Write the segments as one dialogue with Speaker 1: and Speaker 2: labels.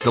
Speaker 1: The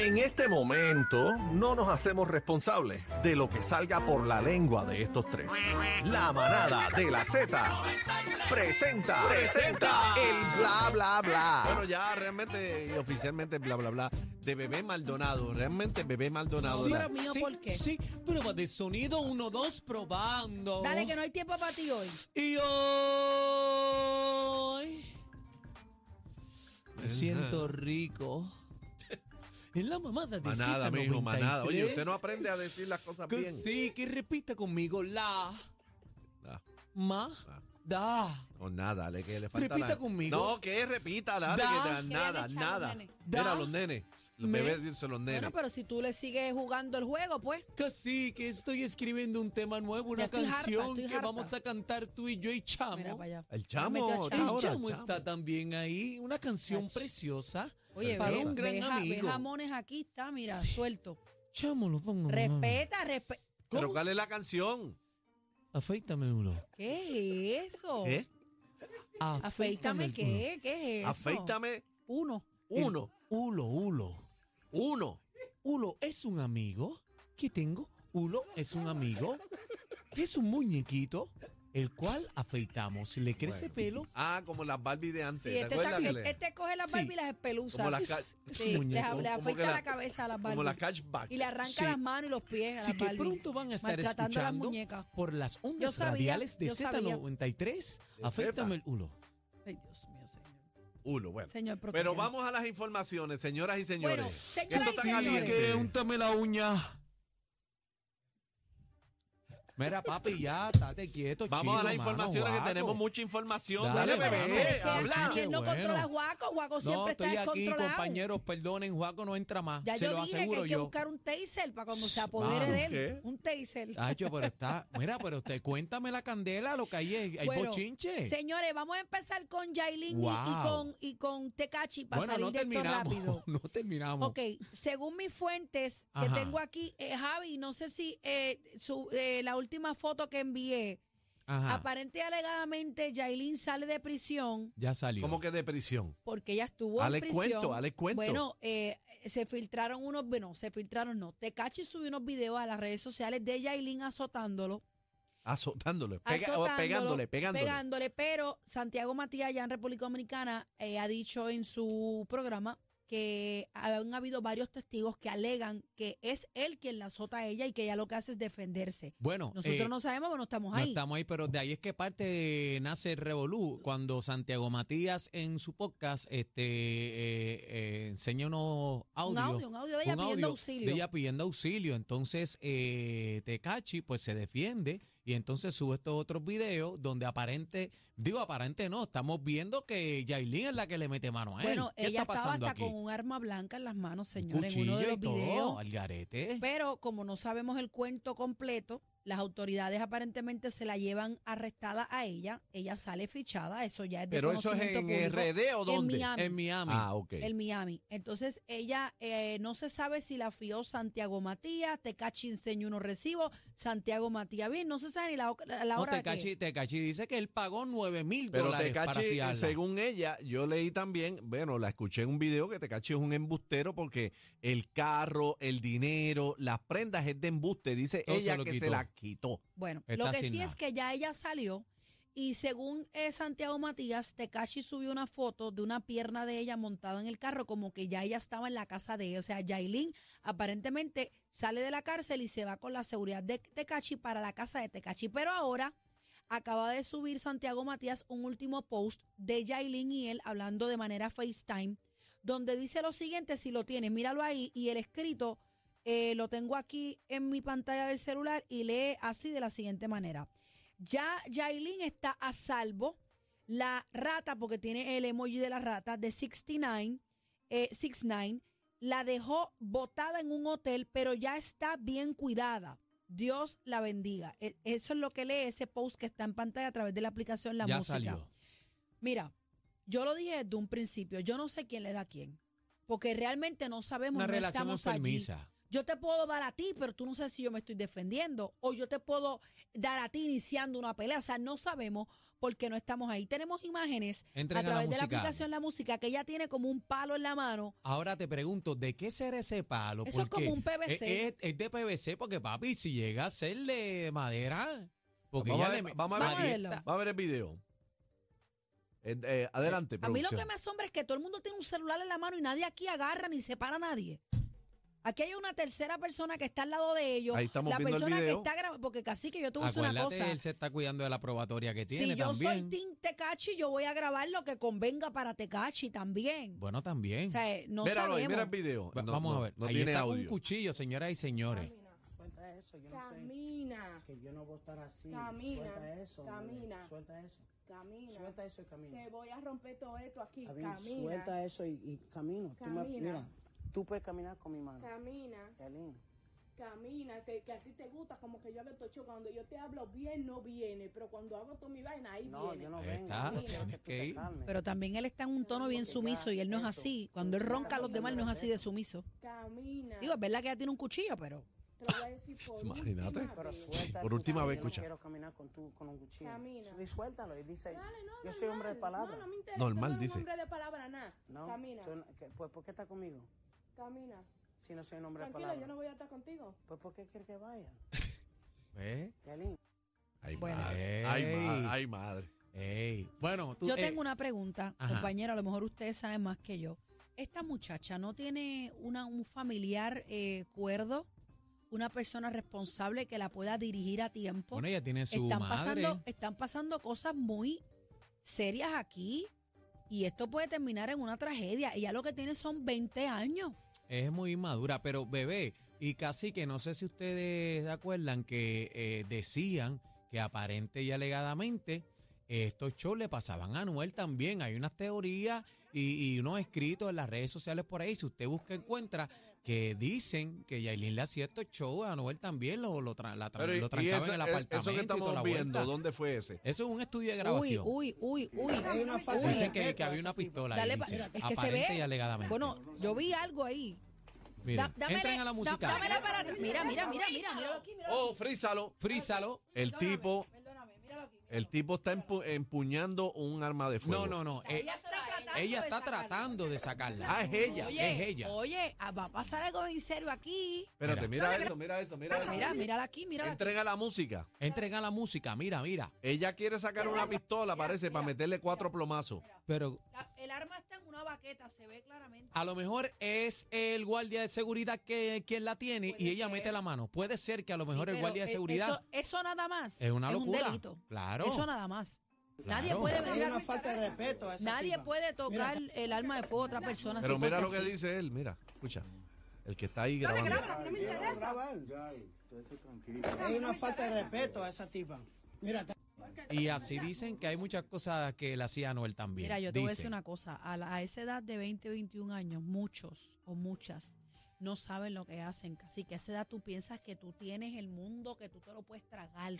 Speaker 2: En este momento no nos hacemos responsables de lo que salga por la lengua de estos tres. La manada de la Z presenta, presenta el bla bla bla.
Speaker 3: Bueno, ya realmente y oficialmente bla bla bla de bebé Maldonado, realmente bebé Maldonado.
Speaker 4: Sí,
Speaker 3: la-
Speaker 4: mío, ¿por qué?
Speaker 5: Sí, prueba de sonido 1, 2, probando.
Speaker 4: Dale, que no hay tiempo para ti hoy.
Speaker 5: Oh. Y hoy me siento rico. Es la mamada de
Speaker 3: manada,
Speaker 5: Zeta
Speaker 3: mijo, manada. Oye,
Speaker 5: 93.
Speaker 3: usted no aprende a decir las cosas
Speaker 5: Que
Speaker 3: bien.
Speaker 5: Sí, que repita conmigo. La,
Speaker 3: No,
Speaker 5: ma, da.
Speaker 3: no, nada, dale, que le falta
Speaker 5: Repita
Speaker 3: la-
Speaker 5: conmigo.
Speaker 3: No, que repita, dale,
Speaker 5: Da.
Speaker 3: que da-
Speaker 4: Que
Speaker 3: nada,
Speaker 4: hayan echado
Speaker 3: nada.
Speaker 4: los nenes.
Speaker 5: Da.
Speaker 3: Mira, los nenes, los
Speaker 5: Me-
Speaker 3: bebés dicen los nenes.
Speaker 4: Bueno, pero si tú le sigues jugando el juego, pues.
Speaker 5: Casi que estoy escribiendo un tema nuevo,
Speaker 4: Ya
Speaker 5: una
Speaker 4: estoy harta,
Speaker 5: canción
Speaker 4: estoy
Speaker 5: que
Speaker 4: harta.
Speaker 5: vamos a cantar tú y yo y Chamo.
Speaker 4: Mira para allá.
Speaker 3: el
Speaker 4: metió
Speaker 3: chamo,
Speaker 5: El
Speaker 4: a Chamo.
Speaker 3: está ahora,
Speaker 5: Chamo está también ahí, una canción
Speaker 4: Ach.
Speaker 5: preciosa
Speaker 4: Oye,
Speaker 3: Para
Speaker 4: ve,
Speaker 3: un
Speaker 5: gran
Speaker 4: ve ja- ve
Speaker 5: amigo.
Speaker 4: jamones aquí, está, mira,
Speaker 5: Sí.
Speaker 4: suelto.
Speaker 5: Chamo, lo pongo.
Speaker 4: Respeta, respeta.
Speaker 3: Pero
Speaker 5: ¿Cómo?
Speaker 3: ¿cuál es la canción?
Speaker 5: Afeítame uno.
Speaker 4: ¿Qué es eso?
Speaker 3: ¿Qué?
Speaker 4: Afeítame, ¿qué? ¿Qué es eso?
Speaker 3: Afeítame
Speaker 4: Uno.
Speaker 3: uno,
Speaker 5: Ulo, Ulo.
Speaker 3: uno.
Speaker 5: Ulo es un amigo que tengo. Ulo es un amigo que es un muñequito el cual afeitamos. Le crece pelo.
Speaker 3: Ah, como las Barbie de antes.
Speaker 4: Sí, este,
Speaker 3: ¿te acuerdas
Speaker 4: saca-
Speaker 3: que le-
Speaker 4: este coge las
Speaker 5: Sí.
Speaker 4: Barbie y las espeluza.
Speaker 3: Como las ca-
Speaker 4: Sí,
Speaker 5: es un
Speaker 4: le,
Speaker 5: muñeco.
Speaker 4: le
Speaker 3: Como que
Speaker 4: afeita la,
Speaker 3: la-
Speaker 4: cabeza a las Barbie.
Speaker 3: como la cashback.
Speaker 4: y le arranca
Speaker 5: Sí.
Speaker 4: las manos y los pies a
Speaker 5: Así
Speaker 4: las
Speaker 5: que
Speaker 4: Barbie.
Speaker 5: pronto van a estar
Speaker 4: Ah, maltratando a las
Speaker 5: escuchando
Speaker 4: muñecas.
Speaker 5: por las ondas
Speaker 4: sabía,
Speaker 5: radiales de
Speaker 4: yo sabía.
Speaker 5: Z93. Afeítame el Ulo.
Speaker 4: Ay, Dios mío, señor.
Speaker 3: Uno, bueno.
Speaker 4: Señor,
Speaker 3: Pero
Speaker 4: procura.
Speaker 3: vamos a las informaciones, señoras y señores.
Speaker 4: Bueno,
Speaker 3: Que esto
Speaker 4: señoras y
Speaker 3: está
Speaker 4: señores.
Speaker 3: caliente.
Speaker 5: untame la uña. Mira, papi, ya, estate quieto.
Speaker 3: Vamos a las informaciones que tenemos
Speaker 5: mucho.
Speaker 3: mucha información. Dale,
Speaker 5: Dale,
Speaker 4: Pero es
Speaker 3: bebé,
Speaker 5: vamos,
Speaker 4: que
Speaker 3: habla.
Speaker 5: chiche,
Speaker 4: Ángel no
Speaker 5: bueno.
Speaker 4: controla a Guaco, Guaco siempre
Speaker 5: No, estoy
Speaker 4: está
Speaker 5: aquí,
Speaker 4: descontrolado.
Speaker 5: compañeros, perdonen, Juaco no entra más.
Speaker 4: Ya
Speaker 5: se
Speaker 4: yo
Speaker 5: lo
Speaker 4: dije que
Speaker 5: aseguro
Speaker 4: hay que
Speaker 5: yo.
Speaker 4: buscar un taser para cuando se apodere
Speaker 5: Mano. Ah,
Speaker 4: de él.
Speaker 3: ¿Qué?
Speaker 4: Un taser.
Speaker 5: Tacho, pero está. Mira, pero usted cuéntame la candela, lo que hay es- hay
Speaker 4: Bueno,
Speaker 5: bochinche.
Speaker 4: Señores, vamos a empezar con Yailin y- y
Speaker 5: Wow.
Speaker 4: con, y con Tecachi para
Speaker 5: bueno,
Speaker 4: salir
Speaker 5: no
Speaker 4: de esto rápido.
Speaker 5: terminamos. No terminamos.
Speaker 4: Ok, según mis fuentes que
Speaker 5: Ajá.
Speaker 4: tengo aquí, eh, Javi, no sé si eh, su- eh, la última foto que envié,
Speaker 5: Ajá.
Speaker 4: aparente y alegadamente Yailin sale de prisión
Speaker 5: Ya salió.
Speaker 3: Como que de prisión.
Speaker 4: porque ella estuvo
Speaker 3: Hale
Speaker 4: en prisión.
Speaker 3: cuento, hale cuento.
Speaker 4: Bueno, eh, se filtraron unos, bueno, se filtraron no. Tecachi subió unos videos a las redes sociales de Yailin azotándolo.
Speaker 3: Azotándolo. pega-
Speaker 4: azotándolo,
Speaker 3: pegándole, pegándole.
Speaker 4: pegándole, pero Santiago Matías ya en República Dominicana eh, ha dicho en su programa que han habido varios testigos que alegan que es él quien la azota a ella y que ella lo que hace es defenderse.
Speaker 5: Bueno,
Speaker 4: Nosotros
Speaker 5: eh,
Speaker 4: no sabemos, pero no estamos
Speaker 5: No
Speaker 4: ahí.
Speaker 5: estamos ahí, pero de ahí es que parte nace el revolú. Cuando Santiago Matías en su podcast este, eh, eh, enseña unos
Speaker 4: un
Speaker 5: audios.
Speaker 4: audio, un audio de ella
Speaker 5: un
Speaker 4: pidiendo
Speaker 5: audio
Speaker 4: auxilio.
Speaker 5: de ella pidiendo auxilio. Entonces, eh, Tecachi pues se defiende y entonces sube estos otros videos donde aparente, digo aparente no, estamos viendo que Yailin es la que le mete mano a él.
Speaker 4: bueno,
Speaker 5: ¿Qué
Speaker 4: ella
Speaker 5: está
Speaker 4: estaba
Speaker 5: pasando
Speaker 4: hasta
Speaker 5: aquí?
Speaker 4: con un arma blanca en las manos,
Speaker 5: Un
Speaker 4: señores, en uno de
Speaker 5: cuchillo
Speaker 4: los
Speaker 5: y todo,
Speaker 4: videos.
Speaker 5: al garete.
Speaker 4: Pero como no sabemos el cuento completo, las autoridades aparentemente se la llevan arrestada a ella. Ella sale fichada, eso ya es de
Speaker 3: Pero eso es
Speaker 4: conocimiento
Speaker 3: en
Speaker 4: público,
Speaker 3: RD o
Speaker 4: en
Speaker 3: dónde?
Speaker 4: Miami.
Speaker 5: En Miami.
Speaker 3: Ah, ok.
Speaker 4: El Miami. Entonces ella eh, no se sabe si la fió Santiago Matías, Tecachi enseñó unos recibos, Santiago Matías bien, no se sabe ni la, o- la
Speaker 5: No,
Speaker 4: hora que-
Speaker 5: Tecachi, Tecachi dice que él pagó 9 mil
Speaker 3: Pero
Speaker 5: dólares para
Speaker 3: Tecachi, eh,
Speaker 5: fiarla.
Speaker 3: según ella, yo leí también, bueno, la escuché en un video que Tecachi es un embustero porque el carro, el dinero, las prendas es de embuste. Dice
Speaker 5: Todo se
Speaker 3: ella
Speaker 5: lo
Speaker 3: que se
Speaker 5: quitó.
Speaker 3: las quitó.
Speaker 4: Bueno,
Speaker 5: Está
Speaker 4: lo que
Speaker 5: sin
Speaker 4: sí
Speaker 5: nada.
Speaker 4: es que ya ella salió y según eh, Santiago Matías, Tecachi subió una foto de una pierna de ella montada en el carro como que ya ella estaba en la casa de ella. O sea, Yailin aparentemente sale de la cárcel y se va con la seguridad de Tecachi para la casa de Tecachi. Pero ahora acaba de subir Santiago Matías un último post de Yailin y él hablando de manera FaceTime, donde dice lo siguiente, si lo tienes, míralo ahí, y el escrito eh, lo tengo aquí en mi pantalla del celular y lee así de la siguiente manera. Ya Yailin está a salvo, la rata, porque tiene el emoji de la rata, de 69, eh, 69 la dejó botada en un hotel, pero ya está bien cuidada. Dios la bendiga. E- Eso es lo que lee ese post que está en pantalla a través de la aplicación La
Speaker 5: ya
Speaker 4: Música.
Speaker 5: salió.
Speaker 4: Mira, yo lo dije desde un principio, yo no sé quién le da a quién, porque realmente no sabemos,
Speaker 5: Una
Speaker 4: no
Speaker 5: relación
Speaker 4: estamos allí.
Speaker 5: enfermiza.
Speaker 4: Yo te puedo dar a ti, pero tú no sabes si yo me estoy defendiendo, o yo te puedo dar a ti iniciando una pelea, o sea, no sabemos porque no estamos ahí. Tenemos imágenes
Speaker 5: Entren
Speaker 4: a
Speaker 5: a la
Speaker 4: través de la
Speaker 5: música.
Speaker 4: aplicación La Música que ella tiene como un palo en la mano.
Speaker 5: Ahora te pregunto, ¿de qué será ese palo?
Speaker 4: Eso es
Speaker 5: Porque
Speaker 4: como un PVC.
Speaker 5: Es, es de PVC porque, papi, si llega a ser de madera, porque
Speaker 3: Pues Vamos
Speaker 5: ya
Speaker 3: a ver,
Speaker 5: le-
Speaker 3: vamos
Speaker 4: Vamos a verlo.
Speaker 3: Va a ver el video. Eh, eh, adelante,
Speaker 4: A mí lo
Speaker 3: producción.
Speaker 4: que me asombra es que todo el mundo tiene un celular en la mano y nadie aquí agarra ni separa a nadie. Aquí hay una tercera persona que está al lado de ellos.
Speaker 3: Ahí estamos
Speaker 4: la
Speaker 3: viendo el
Speaker 4: persona
Speaker 3: video.
Speaker 4: que está grabando, porque casi que yo te voy a decir una
Speaker 5: acuérdate,
Speaker 4: cosa.
Speaker 5: él se está cuidando de la probatoria que tiene
Speaker 4: si yo soy
Speaker 5: también.
Speaker 4: Team Tecachi, yo voy a grabar lo que convenga para Tecachi también.
Speaker 5: bueno, también.
Speaker 4: o sea, eh, no
Speaker 3: Míralo ahí,
Speaker 4: sabemos.
Speaker 3: mira el video.
Speaker 5: Va-
Speaker 3: No,
Speaker 5: vamos
Speaker 3: no,
Speaker 5: a ver.
Speaker 3: No
Speaker 5: Ahí
Speaker 3: tiene
Speaker 5: está un
Speaker 3: audio.
Speaker 5: cuchillo, señoras y señores.
Speaker 6: Suelta eso, yo no sé.
Speaker 7: Camina,
Speaker 6: Que yo no voy a estar así.
Speaker 7: Camina,
Speaker 6: Suelta eso. bebé.
Speaker 7: camina.
Speaker 6: Suelta eso.
Speaker 7: camina.
Speaker 6: Suelta eso y camina.
Speaker 7: Te voy a romper todo esto aquí.
Speaker 6: Está bien,
Speaker 7: Camina.
Speaker 6: Suelta eso y, y camino. Tú me,
Speaker 7: Camina.
Speaker 6: mira, tú puedes caminar con mi mano.
Speaker 7: Camina,
Speaker 6: Yalín.
Speaker 7: camina, te- que así te gusta, como que yo hago esto Cuando yo te hablo bien, no viene, pero cuando hago toda mi vaina, ahí
Speaker 6: No,
Speaker 7: viene.
Speaker 6: yo no
Speaker 5: Ahí
Speaker 6: vengo.
Speaker 5: está,
Speaker 6: Camina,
Speaker 5: tienes
Speaker 6: tú
Speaker 5: que
Speaker 6: te
Speaker 5: ir.
Speaker 6: calmes.
Speaker 4: Pero también él está en un tono bien sumiso y él no es así. Cuando él ronca, los demás él no es así de sumiso.
Speaker 7: Camina.
Speaker 4: Digo, es verdad que ella tiene un cuchillo, pero
Speaker 7: te lo voy a decir por
Speaker 3: Imagínate.
Speaker 7: última
Speaker 6: Pero
Speaker 7: vez.
Speaker 6: suelta
Speaker 3: por
Speaker 6: eso,
Speaker 3: última vez,
Speaker 6: yo no
Speaker 3: escucha.
Speaker 6: quiero caminar con, tu, con un cuchillo.
Speaker 7: Camina.
Speaker 6: Y suéltalo y dice,
Speaker 7: Dale, no,
Speaker 6: yo
Speaker 7: normal.
Speaker 6: soy hombre de palabra.
Speaker 7: No, no me interesa,
Speaker 3: Normal,
Speaker 7: tú eres
Speaker 3: dice.
Speaker 7: un hombre de palabra, nada.
Speaker 6: No,
Speaker 7: Camina,
Speaker 6: soy una- que- pues ¿por qué estás conmigo?
Speaker 7: camina.
Speaker 6: Si no soy un hombre de
Speaker 7: Tranquilo,
Speaker 6: palabra.
Speaker 7: yo no voy a estar contigo.
Speaker 6: Pues ¿por qué quieres que vaya?
Speaker 5: ¿Eh?
Speaker 6: Yalín.
Speaker 3: Ay,
Speaker 4: Bueno.
Speaker 3: madre. Ay,
Speaker 5: Ey.
Speaker 3: madre. Ay, madre.
Speaker 5: Ey. Bueno, tú.
Speaker 4: yo
Speaker 5: eh,
Speaker 4: tengo una pregunta,
Speaker 5: ajá.
Speaker 4: compañero, a lo mejor ustedes saben más que yo. ¿Esta muchacha no tiene una, un familiar eh, cuerdo? ¿Una persona responsable que la pueda dirigir a tiempo?
Speaker 5: Bueno, ella tiene su
Speaker 4: están
Speaker 5: madre.
Speaker 4: pasando, están pasando cosas muy serias aquí y esto puede terminar en una tragedia. Ella lo que tiene son 20 años.
Speaker 5: Es muy inmadura, pero bebé, y casi que no sé si ustedes se acuerdan que eh, decían que aparente y alegadamente eh, estos shows le pasaban a Anuel también. Hay unas teorías y, y unos escritos en las redes sociales por ahí. Si usted busca, encuentra que dicen que Yailin le hacía estos shows a Anuel también, lo, lo, tra- la tra-
Speaker 3: Pero, y-
Speaker 5: lo
Speaker 3: y
Speaker 5: trancaban
Speaker 3: ese-
Speaker 5: en el
Speaker 3: eh,
Speaker 5: apartamento.
Speaker 3: Eso que
Speaker 5: y toda la
Speaker 3: estamos viendo,
Speaker 5: vuelta.
Speaker 3: ¿dónde fue ese?
Speaker 5: Eso es un estudio de
Speaker 4: Uy,
Speaker 5: grabación.
Speaker 4: uy, uy, uy.
Speaker 7: Hay una falta
Speaker 4: uy.
Speaker 7: de
Speaker 5: Dicen que, que había una pistola. ahí,
Speaker 4: Dale pa-
Speaker 5: dicen,
Speaker 4: es que se
Speaker 5: aparente
Speaker 4: ve.
Speaker 5: y alegadamente.
Speaker 4: Bueno, yo vi algo ahí.
Speaker 5: Miren,
Speaker 4: Da- dámele-
Speaker 5: entren a la
Speaker 4: da-
Speaker 5: música.
Speaker 4: dámela para atrás. Mira, mira, mira, mira, míralo aquí, míralo
Speaker 3: Oh, frízalo.
Speaker 5: Frízalo.
Speaker 3: El tipo,
Speaker 4: Perdóname, míralo aquí.
Speaker 3: el tipo está empu- empuñando un arma de fuego.
Speaker 5: No, no, no. eh,
Speaker 4: Ella está tratando.
Speaker 5: Ella
Speaker 4: de
Speaker 5: está
Speaker 4: sacarlo.
Speaker 5: tratando de sacarla.
Speaker 3: Ah, es ella.
Speaker 4: Oye,
Speaker 5: es ella.
Speaker 4: Oye, ah, va a pasar algo en serio aquí.
Speaker 3: Espérate, mira, eso, mira eso, mira eso.
Speaker 4: Mira, mírala aquí, mírala aquí.
Speaker 3: Entrega la música.
Speaker 5: Entrega la música, mira, mira.
Speaker 3: Ella quiere sacar una pistola, parece, para meterle cuatro plomazos.
Speaker 5: Pero
Speaker 4: La- el arma está en una baqueta, se ve claramente.
Speaker 5: a lo mejor es el guardia de seguridad que, quien la tiene y
Speaker 4: Puede
Speaker 5: ella
Speaker 4: ser.
Speaker 5: mete la mano. Puede ser que a lo mejor
Speaker 4: Sí,
Speaker 5: el
Speaker 4: pero
Speaker 5: guardia de
Speaker 4: e-
Speaker 5: seguridad
Speaker 4: Eso, eso nada más.
Speaker 5: es una locura.
Speaker 4: un delito.
Speaker 5: Claro.
Speaker 4: Eso nada más. Nadie
Speaker 5: Claro.
Speaker 4: puede
Speaker 6: Hay
Speaker 4: venir
Speaker 6: una
Speaker 4: a-
Speaker 6: falta de respeto a esa
Speaker 4: Nadie
Speaker 6: tipa.
Speaker 4: puede tocar el arma de fuego a otra persona.
Speaker 3: Pero
Speaker 4: así
Speaker 3: mira
Speaker 4: porque
Speaker 3: lo que
Speaker 4: sí.
Speaker 3: dice él, mira, escucha. El que está ahí grabando.
Speaker 6: Hay una falta de respeto a esa tipa. Mira, está-
Speaker 5: y así dicen que hay muchas cosas que le hacía Anuel también.
Speaker 4: Mira, yo te voy a decir
Speaker 5: dicen.
Speaker 4: una cosa. A, la- a esa edad de 20, 21 años, muchos o muchas no saben lo que hacen. Así que a esa edad tú piensas que tú tienes el mundo, que tú te lo puedes tragar.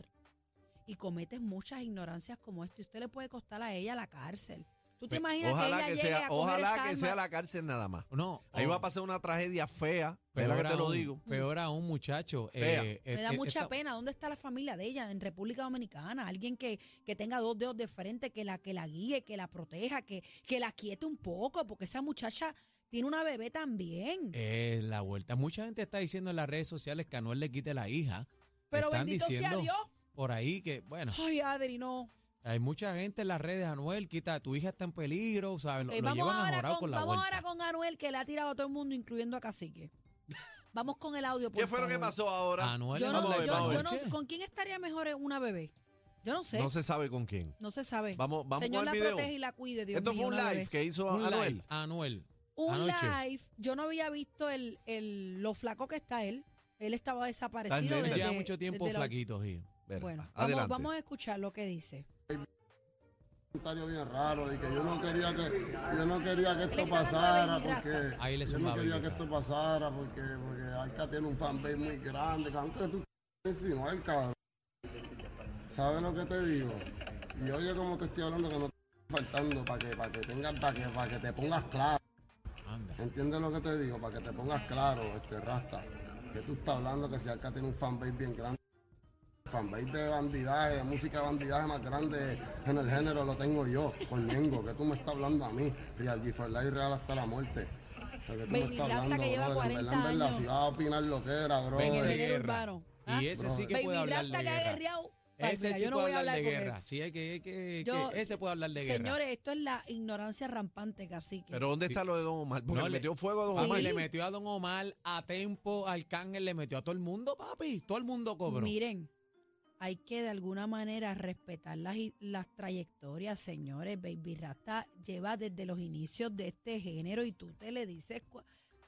Speaker 4: Y cometes muchas ignorancias como esto. Y usted le puede costar a ella la cárcel. ¿Tú te imaginas
Speaker 3: Ojalá
Speaker 4: que ella
Speaker 3: que
Speaker 4: llegue
Speaker 3: sea,
Speaker 4: a coger
Speaker 3: ojalá
Speaker 4: esa
Speaker 3: que sea
Speaker 4: arma?
Speaker 3: la cárcel nada más.
Speaker 5: No,
Speaker 3: Ahí
Speaker 5: o-
Speaker 3: va a pasar una tragedia fea. Espera
Speaker 5: Peor
Speaker 3: que te lo
Speaker 5: aún,
Speaker 3: digo.
Speaker 5: Peor aún, muchacho.
Speaker 3: Fea.
Speaker 5: eh,
Speaker 4: Me da
Speaker 5: eh,
Speaker 4: mucha
Speaker 5: esta-
Speaker 4: pena. ¿Dónde está la familia de ella? En República Dominicana. Alguien que, que tenga dos dedos de frente, que la, que la guíe, que la proteja, que, que la quiete un poco, porque esa muchacha tiene una bebé también.
Speaker 5: Es la vuelta. Mucha gente está diciendo en las redes sociales que Anuel le quite la hija.
Speaker 4: Pero
Speaker 5: Están
Speaker 4: bendito sea
Speaker 5: diciendo
Speaker 4: Dios.
Speaker 5: Por ahí que, bueno.
Speaker 4: Ay, Adri, no.
Speaker 5: Hay mucha gente en las redes, Anuel, quita, tu hija está en peligro, ¿sabes? Lo,
Speaker 4: Ok,
Speaker 5: lo
Speaker 4: Eh, vamos
Speaker 5: llevan
Speaker 4: ahora,
Speaker 5: ajorado
Speaker 4: con,
Speaker 5: con, la
Speaker 4: vamos
Speaker 5: vuelta.
Speaker 4: ahora con Anuel, que le ha tirado a todo el mundo, incluyendo a Cacique. Vamos con el audio, por
Speaker 3: ¿Qué fue lo que
Speaker 4: favor.
Speaker 3: pasó ahora?
Speaker 5: Anuel
Speaker 4: Yo
Speaker 5: en
Speaker 4: no,
Speaker 3: Vamos a
Speaker 5: la
Speaker 3: ver,
Speaker 4: yo-
Speaker 3: vamos a
Speaker 4: yo
Speaker 3: ver.
Speaker 4: no-
Speaker 5: noche.
Speaker 4: ¿Con quién estaría mejor una bebé? Yo no sé.
Speaker 3: No
Speaker 4: No
Speaker 3: se
Speaker 4: se,
Speaker 3: sabe con quién.
Speaker 4: sabe.
Speaker 3: Vamos, vamos
Speaker 4: Señor
Speaker 3: al
Speaker 4: la
Speaker 3: video.
Speaker 4: protege y la cuide, Dios
Speaker 3: Esto
Speaker 4: mío,
Speaker 3: fue un
Speaker 4: una
Speaker 3: live
Speaker 4: bebé.
Speaker 3: que hizo
Speaker 5: Un
Speaker 3: Anuel.
Speaker 5: live, Anuel.
Speaker 4: Un
Speaker 5: anoche.
Speaker 4: live. Yo no había visto el, el, lo flaco que está él. Él estaba desaparecido.
Speaker 3: Está en
Speaker 5: Él
Speaker 3: desde-
Speaker 5: lleva mucho tiempo
Speaker 4: desde la-
Speaker 5: flaquito, sí.
Speaker 3: Ver,
Speaker 4: bueno, vamos,
Speaker 3: adelante.
Speaker 4: vamos a escuchar lo que dice.
Speaker 8: comentario bien raro de que yo no quería que yo no quería que
Speaker 4: Él
Speaker 8: esto
Speaker 4: está hablando de
Speaker 8: pasara
Speaker 4: Baby Rasta.
Speaker 8: porque
Speaker 5: Ahí le
Speaker 8: yo
Speaker 5: zumba
Speaker 8: no quería
Speaker 5: Baby
Speaker 8: que
Speaker 5: Rasta.
Speaker 8: esto pasara porque porque Alca tiene un fanbase muy grande, cabrón, que tú encima el cabrón. ¿Sabes lo que te digo? Y oye como te estoy hablando que no te estoy faltando para que para que tengas para que para que te pongas claro.
Speaker 5: Anda.
Speaker 8: ¿Entiendes lo que te digo? Para que te pongas claro, este Rasta, que tú estás hablando que si Alca tiene un fanbase bien grande fanbase de bandidaje, de música de bandidaje más grande en el género lo tengo yo, con Ñengo, que tú me estás hablando a mí, Real G for Life, Real hasta la muerte. Lo que tú me
Speaker 4: Baby
Speaker 8: estás
Speaker 4: Rasta,
Speaker 8: hablando,
Speaker 4: que lleva
Speaker 8: brother, en verdad,
Speaker 4: 40
Speaker 8: en verdad,
Speaker 4: años.
Speaker 8: si vas a opinar lo que era, bro.
Speaker 5: Venga,
Speaker 3: eh.
Speaker 4: En
Speaker 5: de
Speaker 4: el género
Speaker 5: guerra.
Speaker 4: urbano. Ah,
Speaker 5: Y ese sí que
Speaker 4: Baby
Speaker 5: puede hablar de
Speaker 4: Rasta que ha
Speaker 5: guerra.
Speaker 4: guerreado. Ay,
Speaker 5: Ese
Speaker 4: Pues mira,
Speaker 5: sí
Speaker 4: yo no
Speaker 5: puede
Speaker 4: voy a
Speaker 5: hablar de
Speaker 4: hablar con él.
Speaker 5: guerra. Sí, hay que, hay que-
Speaker 4: Yo-
Speaker 5: que- ese puede hablar de guerra.
Speaker 4: Señores, esto es la ignorancia rampante, cacique.
Speaker 3: Pero ¿dónde está lo de Don Omar? Porque
Speaker 5: No,
Speaker 3: le
Speaker 5: le-
Speaker 3: metió fuego a Don
Speaker 4: Sí.
Speaker 5: Papi,
Speaker 3: Omar.
Speaker 5: le metió a Don Omar, a Tempo, a Arcángel, le metió a todo el mundo, papi. Todo el mundo cobró.
Speaker 4: Miren, hay que de alguna manera respetar las, i- las trayectorias, señores. Baby Rasta lleva desde los inicios de este género y tú te le dices... cua-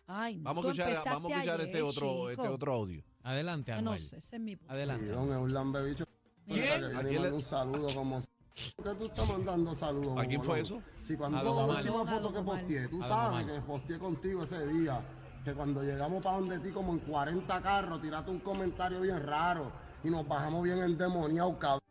Speaker 4: Ay, no,
Speaker 3: Vamos a
Speaker 4: tú
Speaker 3: escuchar,
Speaker 4: empezaste
Speaker 3: vamos a escuchar este,
Speaker 4: ayer,
Speaker 3: otro, este
Speaker 4: chico.
Speaker 3: otro audio.
Speaker 5: Adelante,
Speaker 4: Ah, No
Speaker 5: Anuel.
Speaker 4: sé, ese es mi punto.
Speaker 8: Y
Speaker 5: Adelante.
Speaker 8: don Eulán Bebicho.
Speaker 3: ¿Quién?
Speaker 8: que viene
Speaker 3: ¿A quién
Speaker 8: y manda
Speaker 3: le-
Speaker 8: un saludo como... ¿Por qué tú estás mandando saludos?
Speaker 3: ¿A quién fue
Speaker 8: Bolón?
Speaker 3: eso?
Speaker 8: Si cuando
Speaker 5: A
Speaker 8: la
Speaker 5: don Omar.
Speaker 8: última
Speaker 4: A
Speaker 8: foto
Speaker 4: don
Speaker 8: que
Speaker 4: Omar.
Speaker 8: posteé,
Speaker 5: A
Speaker 8: tú
Speaker 5: don
Speaker 8: sabes
Speaker 5: Omar.
Speaker 8: que posteé contigo ese día, que cuando llegamos para donde ti como en 40 carros, tiraste un comentario bien raro y nos bajamos bien endemoniados, cabrón.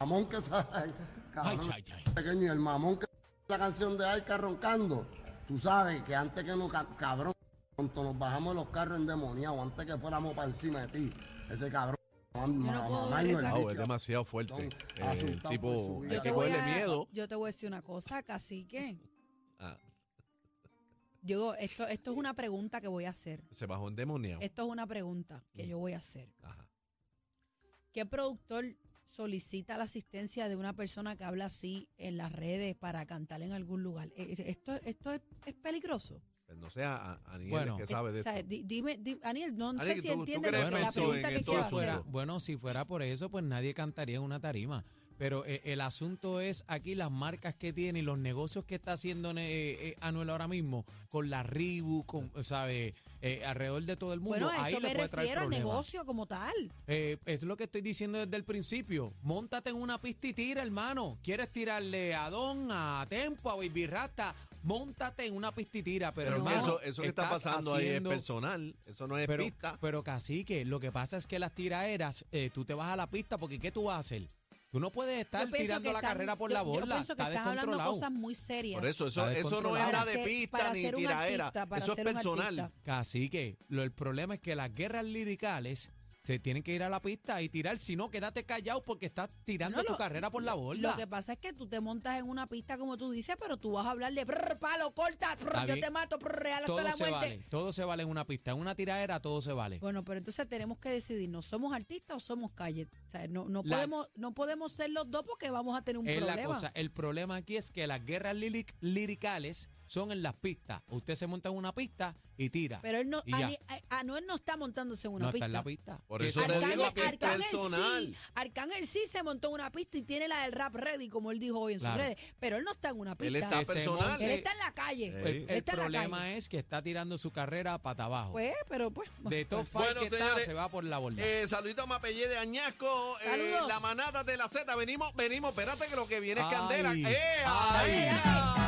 Speaker 8: Mamón que sabe,
Speaker 5: Ay,
Speaker 8: cabrón
Speaker 5: ay, ay.
Speaker 8: pequeño, y el mamón que la canción de Arca roncando. Tú sabes que antes que nos, ca- cabrón, cuando nos bajamos de los carros endemoniados, antes que fuéramos para encima de ti, ese cabrón.
Speaker 4: no puedo ver esa-
Speaker 3: Wow, Ah, es demasiado fuerte.
Speaker 8: Don,
Speaker 3: Eh, el
Speaker 8: asustado
Speaker 3: tipo,
Speaker 8: por su
Speaker 3: hay
Speaker 8: vida.
Speaker 4: Yo te,
Speaker 3: que
Speaker 4: voy
Speaker 3: cogerle
Speaker 4: a,
Speaker 3: miedo.
Speaker 4: yo te voy a decir una cosa, cacique.
Speaker 3: Ah,
Speaker 4: Yo, esto, esto es una pregunta que voy a hacer.
Speaker 3: se bajó endemoniado.
Speaker 4: Esto es una pregunta que
Speaker 3: Mm.
Speaker 4: yo voy a hacer.
Speaker 3: Ajá.
Speaker 4: ¿Qué productor solicita la asistencia de una persona que habla así en las redes para cantar en algún lugar? Eh, eh, Esto, esto es, es peligroso.
Speaker 3: Pues
Speaker 4: Eh,
Speaker 3: No sea a, a Aniel
Speaker 5: Bueno.
Speaker 3: que sabe de
Speaker 4: O sea,
Speaker 3: esto.
Speaker 4: di- dime, di- Aniel, no
Speaker 3: Aniel,
Speaker 4: sé si
Speaker 3: ¿tú- tú
Speaker 4: entiendes
Speaker 3: crees
Speaker 4: lo que- la
Speaker 3: pensó en
Speaker 4: pregunta que
Speaker 3: esto
Speaker 4: quiero
Speaker 3: de
Speaker 4: hacer.
Speaker 5: fuera,
Speaker 3: hacer.
Speaker 5: bueno, si fuera por eso, pues nadie cantaría en una tarima. Pero eh, el asunto es aquí las marcas que tiene y los negocios que está haciendo eh, eh, Anuel ahora mismo con la Ribu, con, ¿sabe? Eh, alrededor de todo el mundo.
Speaker 4: Bueno, a
Speaker 5: ahí
Speaker 4: eso
Speaker 5: le
Speaker 4: me
Speaker 5: puede traer
Speaker 4: refiero al
Speaker 5: problemas.
Speaker 4: negocio como tal.
Speaker 5: Eh, es lo que estoy diciendo desde el principio. Móntate en una pista y tira, hermano. ¿Quieres tirarle a Don, a Tempo, a Baby Rasta? Móntate en una pista y tira. Pero,
Speaker 3: Pero que
Speaker 5: hermano,
Speaker 3: eso, eso que está
Speaker 5: estás
Speaker 3: pasando ahí es
Speaker 5: haciendo-
Speaker 3: personal. Eso no es
Speaker 5: pero,
Speaker 3: pista.
Speaker 5: Pero cacique, lo que pasa es que las tiraderas, eh, tú te vas a la pista porque ¿qué tú vas a hacer? Tú no puedes estar
Speaker 4: Yo pienso
Speaker 5: tirando
Speaker 4: que
Speaker 5: la
Speaker 4: están-
Speaker 5: carrera por
Speaker 4: yo-
Speaker 5: la
Speaker 4: Yo
Speaker 5: bola.
Speaker 4: pienso que
Speaker 5: está
Speaker 4: estás hablando
Speaker 5: descontrolado.
Speaker 4: cosas muy serias.
Speaker 3: Por eso, eso, eso
Speaker 5: Está
Speaker 3: no es
Speaker 5: descontrolado.
Speaker 3: nada
Speaker 4: Para
Speaker 3: de
Speaker 4: ser-
Speaker 3: pista
Speaker 4: para
Speaker 3: ni
Speaker 4: ser un
Speaker 3: tiradera.
Speaker 4: artista, para
Speaker 3: Eso es
Speaker 4: ser un
Speaker 3: personal.
Speaker 4: artista.
Speaker 5: Cacique, lo, el problema es que las guerras liricales se tienen que ir a la pista y tirar. Si no, quédate callado porque estás tirando
Speaker 4: No,
Speaker 5: tu
Speaker 4: lo-
Speaker 5: carrera por la bola.
Speaker 4: Lo que pasa es que tú te montas en una pista como tú dices, pero tú vas a hablar de brr, palo, corta, brr,
Speaker 5: Está
Speaker 4: yo
Speaker 5: bien.
Speaker 4: te mato, brr, real hasta
Speaker 5: todo
Speaker 4: la
Speaker 5: se
Speaker 4: muerte.
Speaker 5: vale, todo se vale en una pista. En una tiradera todo se vale.
Speaker 4: Bueno, pero entonces tenemos que decidir, ¿no somos artistas o somos calle? O sea, no, no,
Speaker 5: La-
Speaker 4: podemos, no podemos ser los dos porque vamos a tener un
Speaker 5: es
Speaker 4: problema.
Speaker 5: la cosa. El problema aquí es que las guerras líric- liricales son en las pistas. Usted se monta en una pista y tira.
Speaker 4: Pero él no,
Speaker 5: Y ya.
Speaker 4: Ani- a- Anuel no está montándose en una
Speaker 5: no está
Speaker 4: pista.
Speaker 5: en la pista.
Speaker 3: Por
Speaker 5: Que
Speaker 3: eso
Speaker 5: se
Speaker 3: te
Speaker 5: monte en
Speaker 3: digo
Speaker 5: la
Speaker 4: Arcángel,
Speaker 3: que es
Speaker 5: pista.
Speaker 3: personal.
Speaker 4: sí, Arcángel sí se montó en una pista y tiene la del rap ready, como él dijo hoy en
Speaker 5: Claro.
Speaker 4: sus redes, pero él no está en una pista.
Speaker 3: Él está
Speaker 5: Que se
Speaker 3: personal.
Speaker 4: Él
Speaker 5: monte-
Speaker 4: está en la calle.
Speaker 3: Sí.
Speaker 5: El,
Speaker 4: Él
Speaker 5: el
Speaker 4: está en la
Speaker 5: problema
Speaker 4: calle.
Speaker 5: es que está tirando su carrera para abajo.
Speaker 4: Pues, pero pues.
Speaker 5: de top five
Speaker 3: Bueno,
Speaker 5: que
Speaker 3: señores,
Speaker 5: está, se va por la borda.
Speaker 3: Eh, saludito a Mapellé de Añasco, eh,
Speaker 4: Saludos.
Speaker 3: la manada de la Z. Venimos, venimos, espérate que lo que viene es
Speaker 5: Ay.
Speaker 3: candela. ¡Eh,
Speaker 5: Ay.
Speaker 3: ahí!